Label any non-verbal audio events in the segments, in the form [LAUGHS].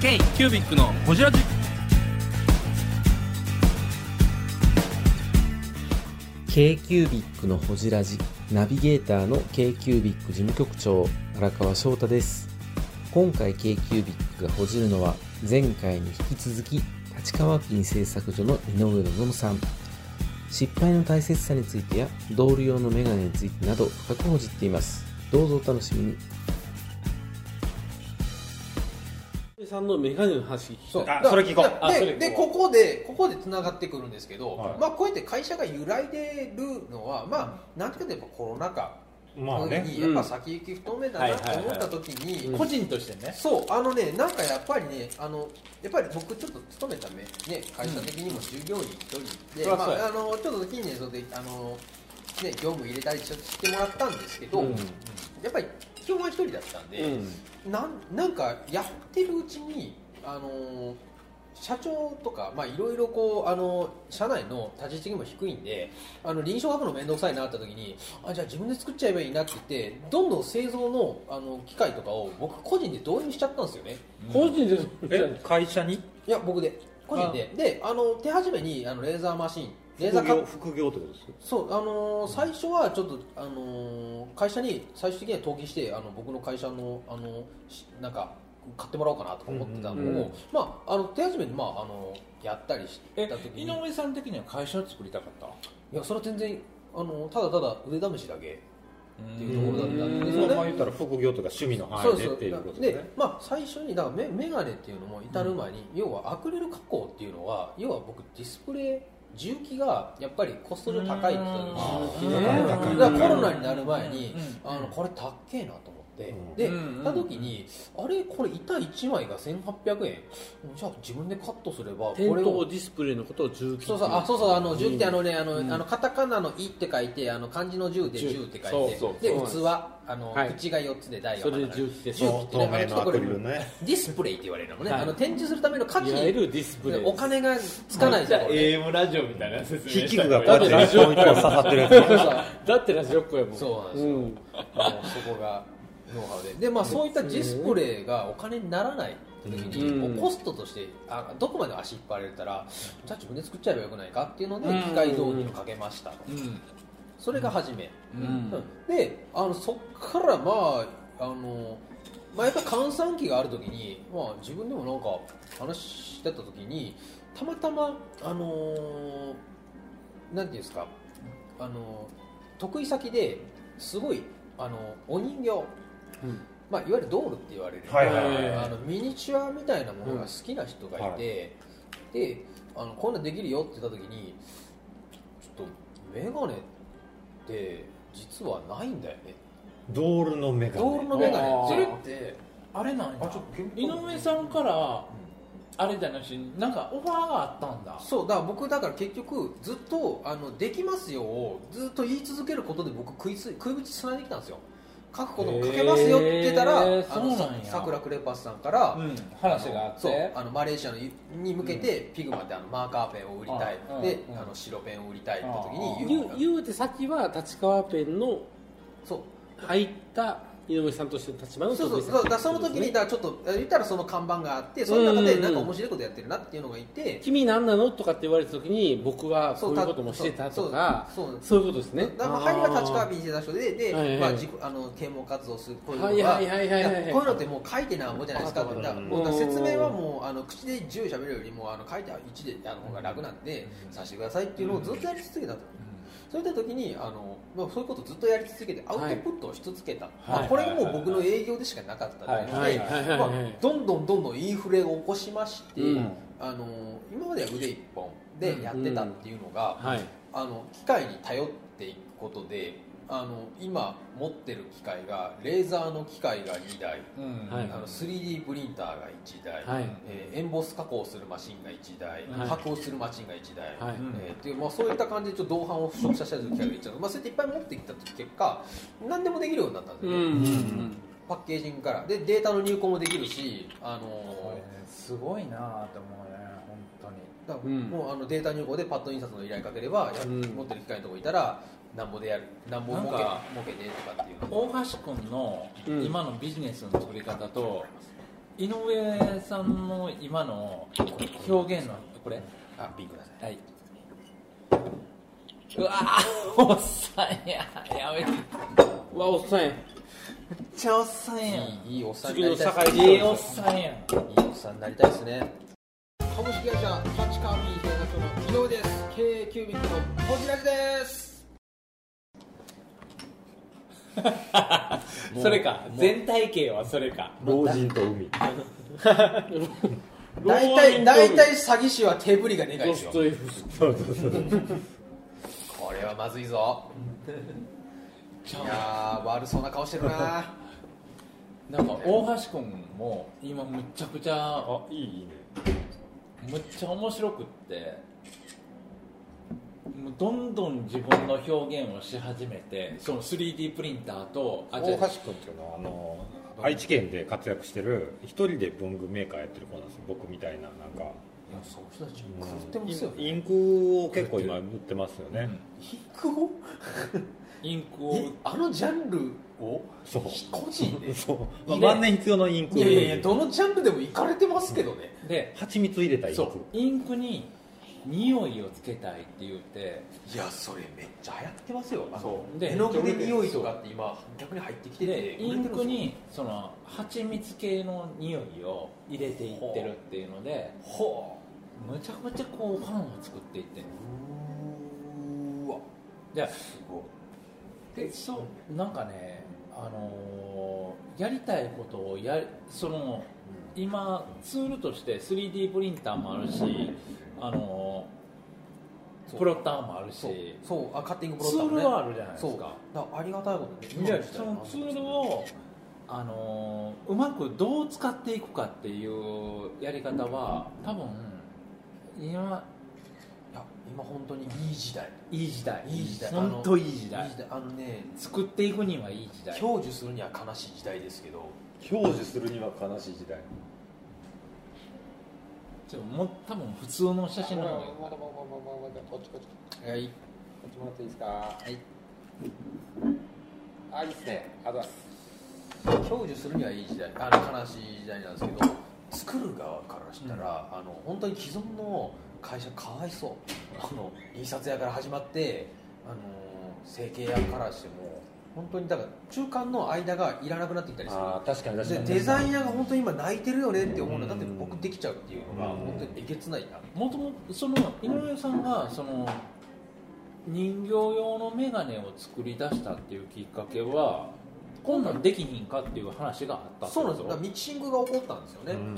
ケイキュービックのホジラジケイキュービックのほじラジナビゲーターのケイキュービック事務局長荒川翔太です。今回ケイキュービックがほじるのは前回に引き続き立川金製作所の井上望さん。失敗の大切さについてやドール用のメガネについてなど深くほじっています。どうぞお楽しみに。さんのメガネの話そうあそれ聞こうだあそれで聞こうでここでここでつながってくるんですけど、はいまあ、こうやって会社が揺らいでるのは、まあ、なんていうかやっぱコロナ禍まあね。にやっぱ先行き不透明だなと思った時に、個人としてねそうあのねなんかやっぱりねあのやっぱり僕ちょっと勤めためね会社的にも従業員一人で、そりゃまそうやあ、あのちょっと近年それであのね業務入れたりしてもらったんですけど、うんやっぱり基本は一人だったんで、なんなんかやってるうちにあのー社長とかまあいろいろこうあのー社内の立ち位置も低いんであの臨床学の面倒くさいなって時にあじゃあ自分で作っちゃえばいいなって言ってどんどん製造のあの機械とかを僕個人で導入しちゃったんですよね個人でえ、会社にいや僕で個人でであの手始めにあのレーザーマシンレーザーカッ副業ってことですそうあのー最初はちょっと、あのー会社に最終的には登記してあの僕の会社の、あのーしなんか買ってもらおうかなとか思ってたのを、うんうんうんまあ、あの手始めに、まあ、あのやったりしてえた時に井い上さん的には会社を作りたかったやそれは全然、あのただただ腕試しだけってていいううととこころろだったたんでだっんでそれまあ言ったら副業とか趣味の範囲でっていうことですね。まあ、最初にだからメメガネっていうのも至る前に、要はアクリル加工っていうのは要は僕ディスプレイ重機がやっぱりコスト上高いって言ったんですよ重機が高いだからコロナになる前に、うんあのこれ高えなと思って、うんで、うんた時にあれこれ板1枚が1800円じゃあ自分でカットすればこ店れ頭をディスプレイのことを重機そうそうあそうそうあの銃ってあのねあの、あのカタカナの「い」って書いてあの漢字の「銃」で「銃」って書いてそうそうでそうなん器ですあの、はい口が4つで台そがれでまた重機です重機ってね透明のアクリルね。ディスプレイって言われるのもね、はいあの展示するための価い値わゆるディスプレイですお金がつかないじゃんこれ AM ラジオみたいな説筆記具がこうやって一本一本刺さってるやつ。そうそう [LAUGHS] だってラジオっ子やもんそうなんですよ、うもんうそこがノウハウでで、まあ、そういったディスプレイがお金にならない時に、うんもうコストとしてあどこまで足引っ張られたらじゃあ自分で作っちゃえばよくないかっていうのでうん機械導入をかけました、うんそれが初め、ううんんであのそっからまああのまあやっぱ閑散期がある時に、まあ、自分でもなんか話してた時にたまたまあのーなんていうんですかあの得意先ですごいあのお人形、んまあ、いわゆるドールって言われる、はいはいあはのミニチュアみたいなものが好きな人がいて、であのこんなんできるよって言った時にちょっとメガネって実はないんだよねい。ドールのメガネ。ドールのメガネあーそれってあれなんや井上さんからあれじゃなくてなんかオファーがあったんだそうだから僕だから結局ずっとあのできますよをずっと言い続けることで僕食いつ食い口つないできたんですよ書くことも書けますよって言ってたら、へーあのそうなんやさくらクレパスさんから、うん話があっそうてあのマレーシアのに向けて、ピグマってあのマーカーペンを売りたい、うんで、うんあの白ペンを売りたいって時にうん言ユーうが言うて先は立川ペンのそう入った井上さんとしての立場のそうそう得意そ先うだからその時にだからちょっと言ったらその看板があってその中でなんか面白いことやってるなっていうのがいて、君何なのとかって言われた時に僕はこういうこともしてたとかそうそうそういうことですねだから入りは立川美人出所でで、はいはいまあ、自己あの啓蒙活動するこういうのはいはいはいはいはいやこういうのってもう書いてなんぼじゃないですかだからうんだから説明はもうあの口で10喋るよりもあの書いて1であの方が楽なんで、させてくださいっていうのをずっとやり続けたと。そういった時にあの、まあ、そういうことをずっとやり続けてアウトプットをし続けた、まあはいこれがもう僕の営業でしかなかったので、はいはいはいはいまあどんどんどんどんインフレを起こしまして、うんあの今までは腕一本でやってたっていうのが、はいあの機械に頼っていくことであの今持ってる機械がレーザーの機械が2台、うんはいあの 3D プリンターが1台、はいえーエンボス加工するマシンが1台、はい加工するマシンが1台、はいえーっていうまあ、そういった感じでちょっと同伴を腐食させたりする機械が1台、まあ、そうやっていっぱい持ってきた結果何でもできるようになったんですうんようね、んパッケージングからでデータの入稿もできるし、あのーすごいなと思うね本だからうんもうあのデータ入稿でパッド印刷の依頼かければ、やうん持ってる機械のとこいたらなんぼでやるなんぼ儲なけんか儲けてとかっていう当に大橋君のうん今のビジネスの作り方と井上さんの今の表現のこれあ瓶くださいはい。うわー、 [LAUGHS] おっさんや。やめて。うわおっさんやめっちゃおっさんやん。いいいいおっさんに次なのりた社いで会す人ええおっさんやん。いいおっさんになりたいですね株式会社キャッチカービー製作所の井上です経営キュービックのこじらじですそれか、全体形はそれか。老人と海大体大体詐欺師は手振りがでかドいですスよトエフスキそうそうそうこれはまずいぞいやー悪そうな顔してるななんか、大橋くんも、今むっちゃくちゃ、あいいいいねむっちゃ面白くって、もうどんどん自分の表現をし始めて、その 3D プリンターと、あ、大違う橋君っていうのはあの愛知県で活躍してる一人で文具メーカーやってる子なんですよ僕みたいななんいかやそういう人たちう狂ってんますよねインインクを結構今売ってますよね、引く語インクを、あのジャンルをそう [LAUGHS] 個人でそう、まあいいね万年必要のインクいやいやいやどのジャンルでもいかれてますけどねで、蜂蜜入れたインクそう、インクに匂いをつけたいって言って、いやそれめっちゃ流行ってますよそうでで絵の具で匂いとかって今逆に入ってきててでインクにその蜂蜜系の匂いを入れていってるっていうのでほむちゃくちゃこうファンを作っていってううーわですごでそうなんかね、あのーやりたいことをやその今ツールとして 3D プリンターもあるし、あのーそうプロッターもあるそうしそうあカッティングプロツールねはあるじゃないですそうかだからありがたいことにじゃあそのツールを、あのーうまくどう使っていくかっていうやり方は多分今いや今本当にいい時代いい時代いい時代本当いい時い代い時代あのね作っていくにはいい時代享受するには悲しい時代ですけど享受するには悲しい時代ちょっともう多分普通の写真の方がまいいだまだまだまだまだこっちこっちはいこっちもらっていいですかはいあいいっすねありがとう享受するにはいい時代あの悲しい時代なんですけど作る側からしたら、あの本当に既存の会社かわいそうあの印刷屋から始まってあの整形屋からしても本当にだから中間の間がいらなくなってきたりするあー確かに確かにでデザイン屋が本当に今泣いてるよねって思うのはだうっんて僕できちゃうっていうのがうん本当にえげつないなもともとその井上さんがその人形用の眼鏡を作り出したっていうきっかけはこんなんできひんかっていう話があったそうなんですよだからミキシングが起こったんですよね、うん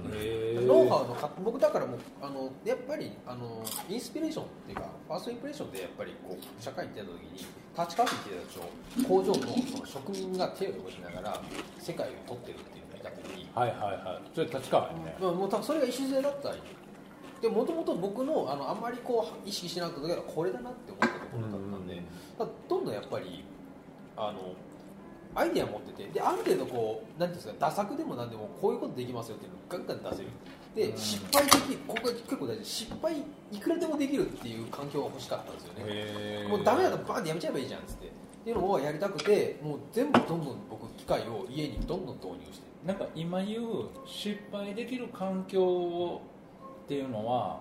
ノノウハウのか僕だからもうあのやっぱりあのインスピレーションっていうかファーストインプレーションでやっぱりこう社会に出た時に立川市に出たでしょ工場のその職人が手を汚しながら世界を取ってるっていうのを見た時に、はいはいはいそれ立川にね、まあ、もう多分それが礎だったりでもともと僕のあのあんまりこう意識しなかった時はこれだなって思ったところだったんで、だからどんどんやっぱりあのアイディア持っててである程度こうなんていうんですか打作でも何でもこういうことできますよっていうのをガンガン出せるで、うん失敗できるここが結構大事失敗いくらでもできるっていう環境が欲しかったんですよね、もうダメだったらバーンってやめちゃえばいいじゃんっつってっていうのをやりたくてもう全部どんどん僕機械を家にどんどん導入してなんか今言う失敗できる環境っていうのは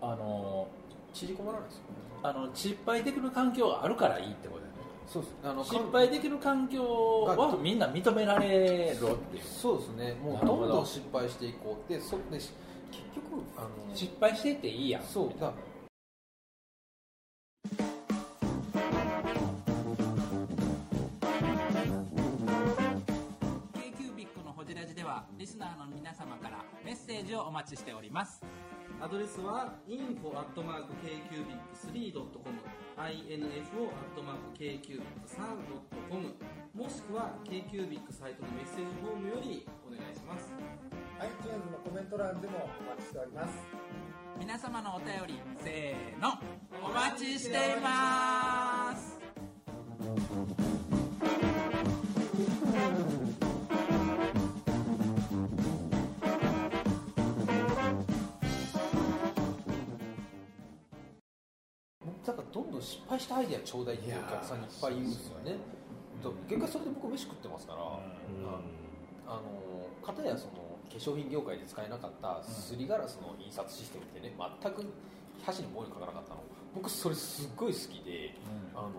あの縮こまらないですよあの失敗できる環境があるからいいってことだよねそうですあの失敗できる環境はみんな認められろっていうそうですねもなうるどほんどどん失敗していこうでそでし結局あの失敗してっていいやんそうだアドレスは info.kcubic3.com info.kcubic3.com もしくは KQBIC サイトのメッセージフォームよりお願いします iTunes のコメント欄でもお待ちしております皆様のお便りせーのお待ちしていますだからどんどん失敗したアイデアちょうだいっていうお客さんにいっぱい言うんですよね。と結果それで僕飯食ってますから、うんあの片やその化粧品業界で使えなかったすりガラスの印刷システムってね全く箸に棒にかからなかったの僕それすっごい好きであの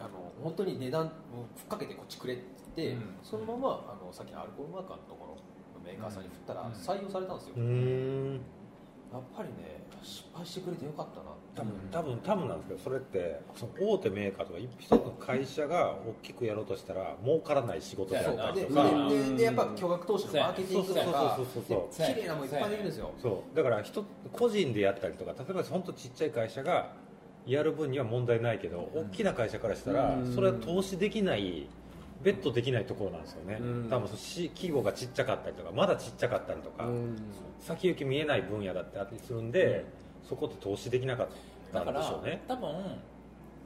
あの本当に値段をふっかけてこっちくれって言って、うんそのままあのさっきのアルコールマーカーのところのメーカーさんに振ったうんら採用されたんですよ、うーんやっぱりね失敗してくれてよかったなって多分多分多分なんですけどそれってその大手メーカーとか一一つの会社が大きくやろうとしたら儲からない仕事であったりでそとうかだでででやっぱ巨額投資のマーケティングとかそうそうそうそうそそうう綺麗なもんいっぱいできるんですよそうだから人個人でやったりとか例えば本当ちっちゃい会社がやる分には問題ないけど、大きな会社からしたら、それは投資できないベットできないところなんですよね、うん多分そのし規模がちっちゃかったりとかまだちっちゃかったりとか、先行き見えない分野だってあったりするんで、そこって投資できなかっだたかんでしらょうね多分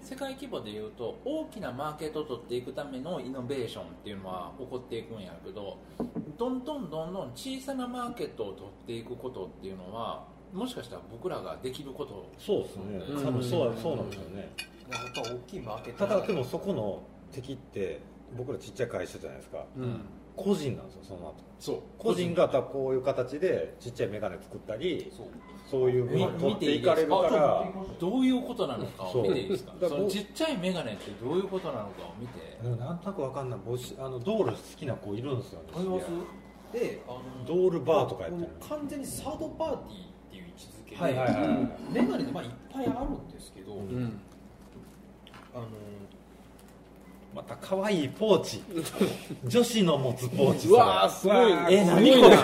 世界規模でいうと大きなマーケットを取っていくためのイノベーションっていうのは起こっていくんやけどどんどんどんどん小さなマーケットを取っていくことっていうのはもしかしたら僕らができることそうですね、うん多分そうそうなんですよね、やっぱ大きいマーケットただでもそこの敵って僕らちっちゃい会社じゃないですか、個人なんですよその後そう個人が多分こういう形でちっちゃいメガネ作ったりそうそういうものをみ取っていかれるからどういうことなのかを見ていいですかそうそのちっちゃい眼鏡ってどういうことなのかを見てなんかなんとなくわかんない帽子あのドール好きな子いるんですよねありますであのドールバーとかやってるもう完全にサードパーティーっていう位置づけで、はいはいはいはいメガネでまあいっぱいあるんですけど、うんあのまた可愛いポーチ女子の持つポーチうわーすごいえ何これ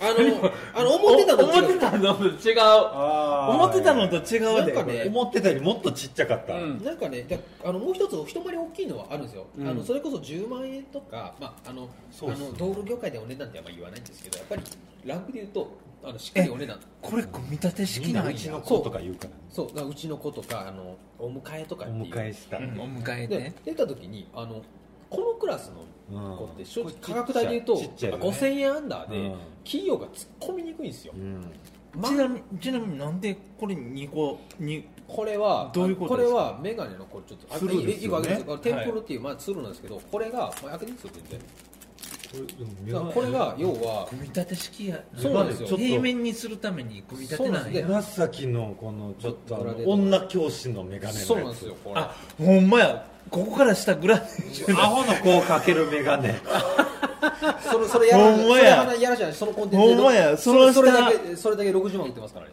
あのあの思ってたの [LAUGHS] と違うたのと違う思ってたのと違うでなんかね思ってたよりもっとちっちゃかった、うんなんかね、だあのもう一つ一回り大きいのはあるんですよ。うんあのそれこそ10万円とか、まああのそうあっすねの道路業界ではお値段ってあんま言わないんですけど、やっぱりランクで言うとあのしっかりお値段。これ組み立てみんなうちの子とか言うからそう、だからうちの子とかあのお迎えとかおっていう。迎えした、お迎えで、出た時にあのこのクラスのうん子って正直価格帯で言うとちっちゃいよね5000円アンダーうでん企業が突っ込みにくいんですよ。ちなみにちなみになんでこれ2個にこれはどういうことこでれすかはメガネのこれちょっとあツルですよねいいかげですよテンプルっていうまあツルなんですけど、これがまあ開けていいですよ全然。だからこれが要は組み立て式やそうなんですよちょっと平面にするために組み立てなんそうなんでやす紫のこのちょっとあグラのデート女教師の眼鏡のやつそうなんですよこれあほんまやここから下グラデーションアホの子をかける眼鏡それそれやらほんまやそれやらじゃないそのコンテンツでほんまやそその下れそれだけそれだけ60万売ってますからね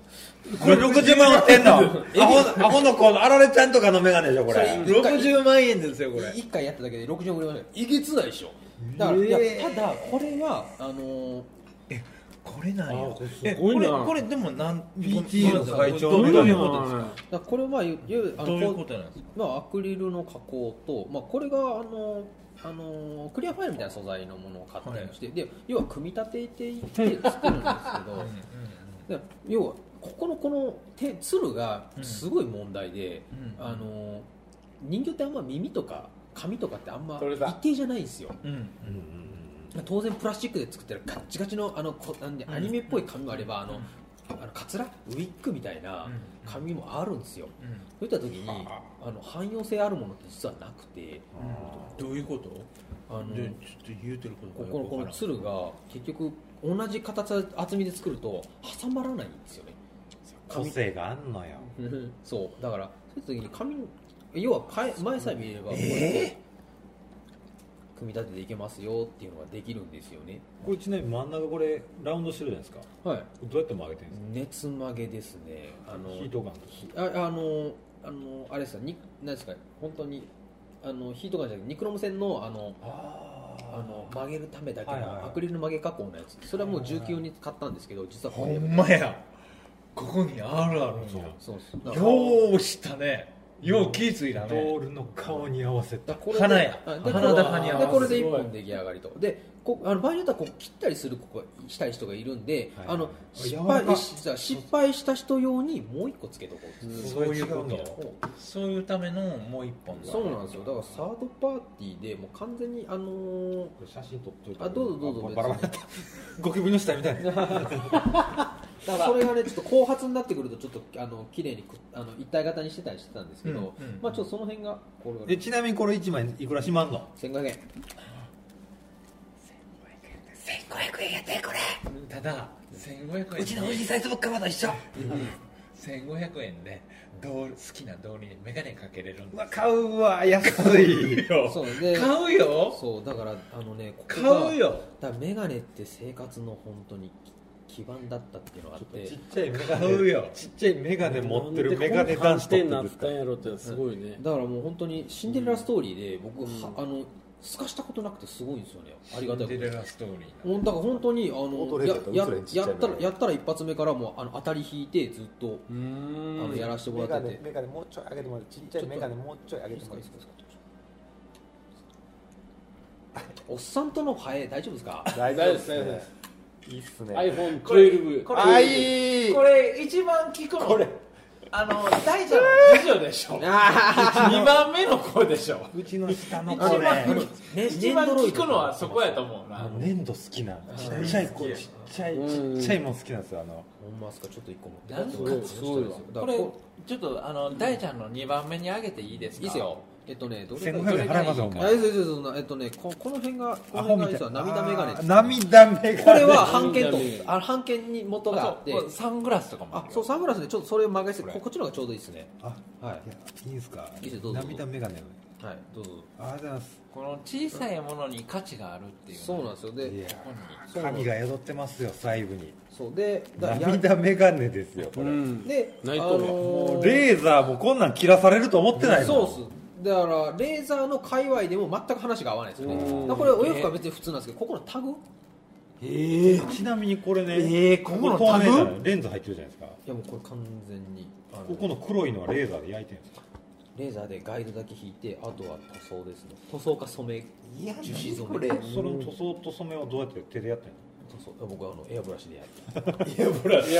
これ60万売ってんのアホアホの子のあられちゃんとかの眼鏡でしょこれ一回60万円ですよこれ一回やっただけで60万売りましたいげつないでしょだから、いやただこれはあのーこれなんやれすごいなえこれこれでもなん PT の会長どうのい眼う鏡ことですかだからこれはいわゆるあのどういうことなんですかまあ、アクリルの加工と、まあ、これがあの、あのクリアファイルみたいな素材のものを買ったりして、で要は組み立て [LAUGHS] ていって作るんですけどで要はここのこの手鶴がすごい問題で、うんあの人形ってあんま耳とか髪とかってあんま取れた一定じゃないんですようん当然プラスチックで作ってるガッチガチのあのこなんでアニメっぽい髪もあればあの、あのカツラウィッグみたいな髪もあるんですよ、そういった時にあの汎用性あるものって実はなくてどういうことあのでちょっと言うてることこがこのこの鶴が結局同じ形厚みで作ると挟まらないんですよね個性があんのよそうだからそういう時に髪要はかえ前さえ見ればこうやって組み立てていけますよっていうのができるんですよねこれちなみに真ん中これラウンドしてるじゃないですかはいどうやって曲げてるんです熱曲げですねあかのヒートガンとああのあのあれですかに何ですか本当にあのヒートガンじゃなくてニクロム線のあのあの曲げるためだけはいはいはいのアクリル曲げ加工のやつそれはもう19に買ったんですけど実はこほれんまやここにあるあるんやそうですだからようしたねよう気ぃついたドねールの顔に合わせだたからこれで花やあで花高に合わせでこれで一本出来上がりとでこあの場合によってはこう切ったりするここしたい人がいるんで、はいあのあ失柔らか敗し失敗した人用にもう一個つけとこうってそういうことそういうためのもう一本だそうなんですよだからサードパーティーでもう完全にあのーこれ写真撮っといてあどうぞどうぞバラバラだったゴキブリの下みたいなだからそれがねちょっと後発になってくるとちょっとあの綺麗にくあの一体型にしてたりしてたんですけど、うんうんまあちょっとその辺がこれえちなみにこれ1枚いくらしまんの1500円500円やってこれただ1500円うちのおじいサイズブックマンと一緒1500円でどう好きな道理にメガネかけれるんうだわ買うわ安いよそうで買うよそうだからあのねここが買うよだからメガネって生活の本当に基盤だったっていうのがあってちっちゃいメガネ買うよちっちゃいメガネ持ってるメガネ男子とてってんなっるんですたかんやろってすごいね、だからもう本当にシンデレラストーリーで僕、はあのすかしたことなくてすごいんですよねありがたいことにラストーリほんだから本当にあートのレイやだったらやうつらにちっちゃやいったらメガネやったら一発目からもうあの当たり引いてずっとうあんのやらせてもメらガっててネ、メガネもうちょい上げてもらって、ちっちゃいメガネもうちょい上げてもらって。おっさんとのハエ大丈夫ですか大丈夫ですね。いいっすね。 iPhone12 あ、いい。これ一番聞くのあの大事なの次女でし [LAUGHS] ょ2番目の子でしょうちの下の一子番ね一番聞くのはそこやと思うな粘土好きなちっちゃい子ちっちゃいちっちゃいもん好きなんですよあのほんまっすかちょっと一個もなんかすごいわこだかられこちょっとあの大ちゃんの2番目に上げていいですいかいっすよえっとねどれがいい1500円払いますよおあ前いいですいいですそんなえっとねここの辺がこのアホ辺みがいいったいすわ涙メガネあー涙メガネこれは半券と涙眼鏡あ半券に元があってそうサングラスとかもああるそうサングラスでちょっとそれを曲げしてここっちの方がちょうどいいですねあはいいいんすかいいですよどうぞ涙メガネはいどうぞありがとうございますこの小さいものに価値があるっていうねそうなんですよでいやここにそうなん神が宿ってますよ細部にそうでだや涙メガネですよこれでないとあのーもうレーザーもこんなん切らされると思ってないもんそうっすだからレーザーの界隈でも全く話が合わないですよねだからこれお洋服は別に普通なんですけどここのタグいちなみにこれね、えーここのタグ透明じゃないレンズ入ってるじゃないですかやもうこれ完全にあのここの黒いのはレーザーで焼いてるんですかレーザーでガイドだけ引いてあとは塗装ですね塗装か染めいや樹脂染め塗その塗装と染めはどうやって手でやってるの装僕はあのエアブラシでやる [LAUGHS] エアブラシエ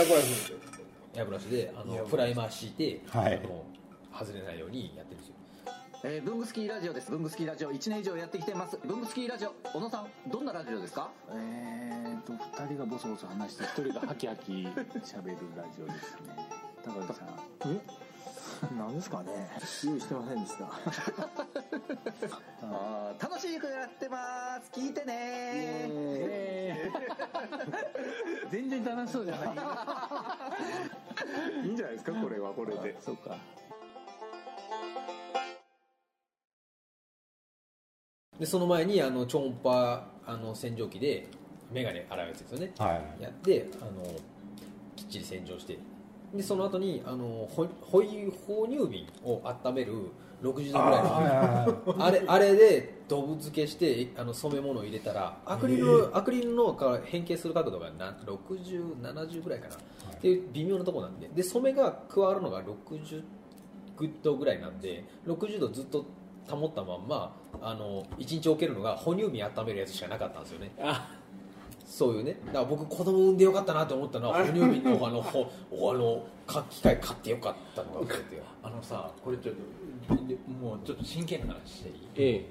アブラシであのプライマー敷いて、はいあの外れないようにやってるんですよえー、文具スキーラジオです文具スキーラジオ1年以上やってきてます文具スキーラジオ小野さんどんなラジオですかえーと2人がボソボソ話して1人がハキハキ喋るラジオですね高橋さんえ何ですかね用意してませんでしたあー楽しくやってます聞いてね全然楽しそうじゃないいいんじゃないですかこれはこれでそうかでその前にあの超音波あの洗浄機でメガネ洗うやつですよねはいやってあのきっちり洗浄してでその後にあのほほい哺乳瓶を温める60度ぐらいのあれあれでドブ漬けしてあの染め物を入れたらアクリルの,、アクリルのから変形する角度が6070ぐらいかな、っていう微妙なとこなんでで染めが加わるのが60グッドぐらいなんで60度ずっと保ったまんまあの1日置けるのが哺乳瓶温めるやつしかなかったんですよねあそういうねだから僕子供産んでよかったなと思ったのは哺乳瓶のあのほあのか機械買ってよかったのかっていうあのさこれちょっとでもうちょっと真剣な話していいえ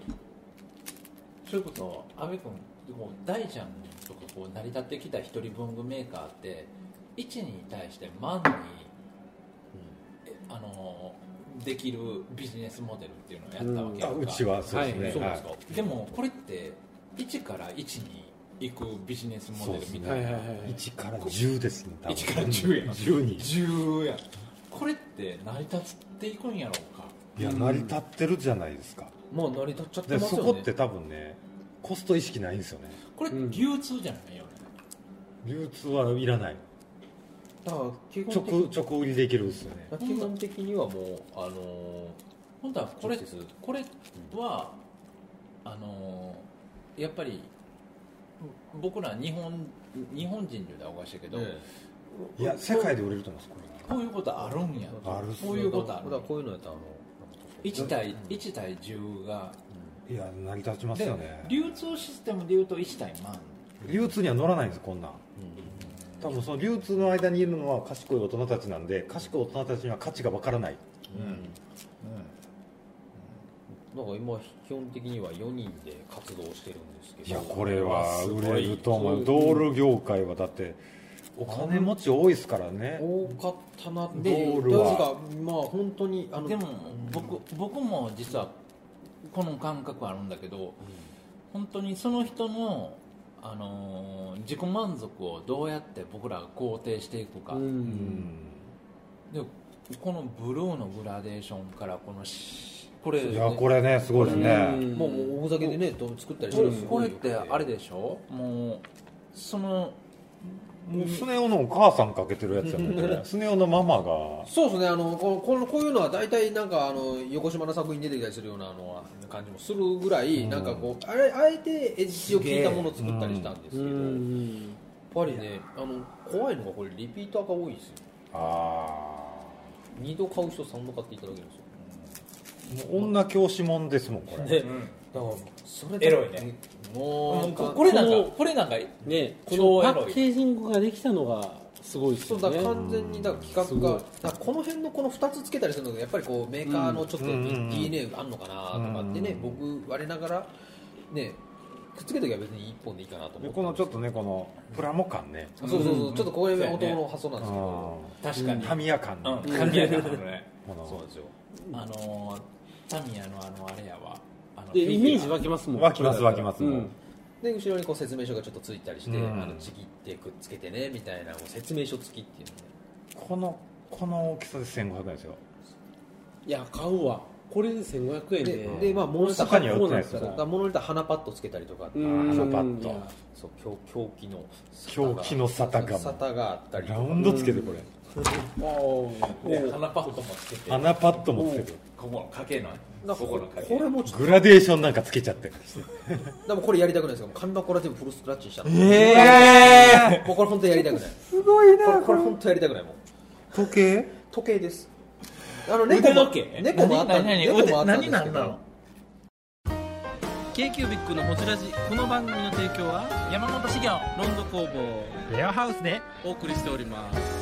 それこそ阿部君こう大ちゃんとかこう成り立ってきた一人文具メーカーって1に対して万に、えあのできるビジネスモデルっていうのをやったわけやあんかうちはそうですね、ははいい、そうなんですか、でもこれって1から1に行くビジネスモデルみえたはいいな、はいはい1から10ですね多分1から10やん10に10やんこれって成り立っていくんやろうかいや成り立ってるじゃないですか、もう成り立っちゃってでますそよねこって多分ねコスト意識ないんですよねこれ流通じゃないよね、流通はいらないだから基本的に直直売りでいけるんですよね基本的にはもう、あの本当はこれ直接これは、あのーやっぱり僕ら日本日本人ではおかしいけど、えいや世界で売れると思いますここういうことあるんやあるっすこういうことあだからるこういうのやったらあの1対一対10が、れいや成り立ちますでよね流通システムでいうと1対万流通には乗らないんですこんなん多分その流通の間にいるのは賢い大人たちなんで賢い大人たちには価値がわからないなんか今基本的には4人で活動してるんですけどいやこれは売れると思う道路業界はだってお金持ち多いですからね多かったなってでいうゴールはかまあ本当にあのでも僕僕も実はこの感覚あるんだけど、本当にその人のあのー自己満足をどうやって僕らが肯定していくか、でこのブルーのグラデーションからこのしこれいやこれねすごいですねもうもう大酒でねと作ったりしてるんですよこれってあれでしょもうそのもうスネ夫のお母さんかけてるやつやもん [LAUGHS] ねスネ夫のママがそうですねあのこのこのこういうのは大体なんかあの横島の作品に出てきたりするようなあの感じもするぐらい、なんかこうあれあえてエッジを効いたものを作ったりしたんですけど、やっぱりねあの怖いのがこれリピーターが多いですよあ2度買う人3度買っていただけるんですよもう女教師もんですもんこれ、ねだからそれエロいねもうなんかこれなんこのかこれなんかねこ超のエロパいッケージングができたのがすごいですそようだねから完全にだから企画が、だからこの辺のこの2つつけたりするのがやっぱりこうメーカーのちょっとうんうんうん DNA あんのかなとかってね、僕我ながらねくっつけときは別に1本でいいかなと思でってこのちょっとねこのプラモ感ねそうそうそう、ちょっとこれそうがやね男の発想なんですけ確ど、かにタミヤ感ね、うん、タミヤだからねこのそうなんですよあのータミヤのあのあれやわあのでイメージは湧きますもん湧きます湧きます、うんもうで後ろにこう説明書がちょっとついたりして、うんあのちぎってくっつけてねみたいなもう説明書付きっていうのねこのこの大きさで1500円ですよいや買うわこれで1500円でででまあ物に大阪には売ってないですそうよだから物に入れたら鼻パッドつけたりとか、うんあのパッドいやそう狂狂気の狂気の沙汰が沙汰があったりとラかウンドつけてこれ、で鼻パッドもつけて穴パッドもつけてここかけないなんかこここのかけれもちょっグラデーションなんかつけちゃってとでもこれやりたくないですかもう紙箱ら全部フルスクラッチにしたのえもうこれ本当やりたくないすごいなこれこれ本当やりたくないもう時計時計ですあの腕猫も時計猫もあったん何猫何もあったんですけ何何などの k ービックのホジラジこの番組の提供は山本資源ロンド工房レアハウスでお送りしております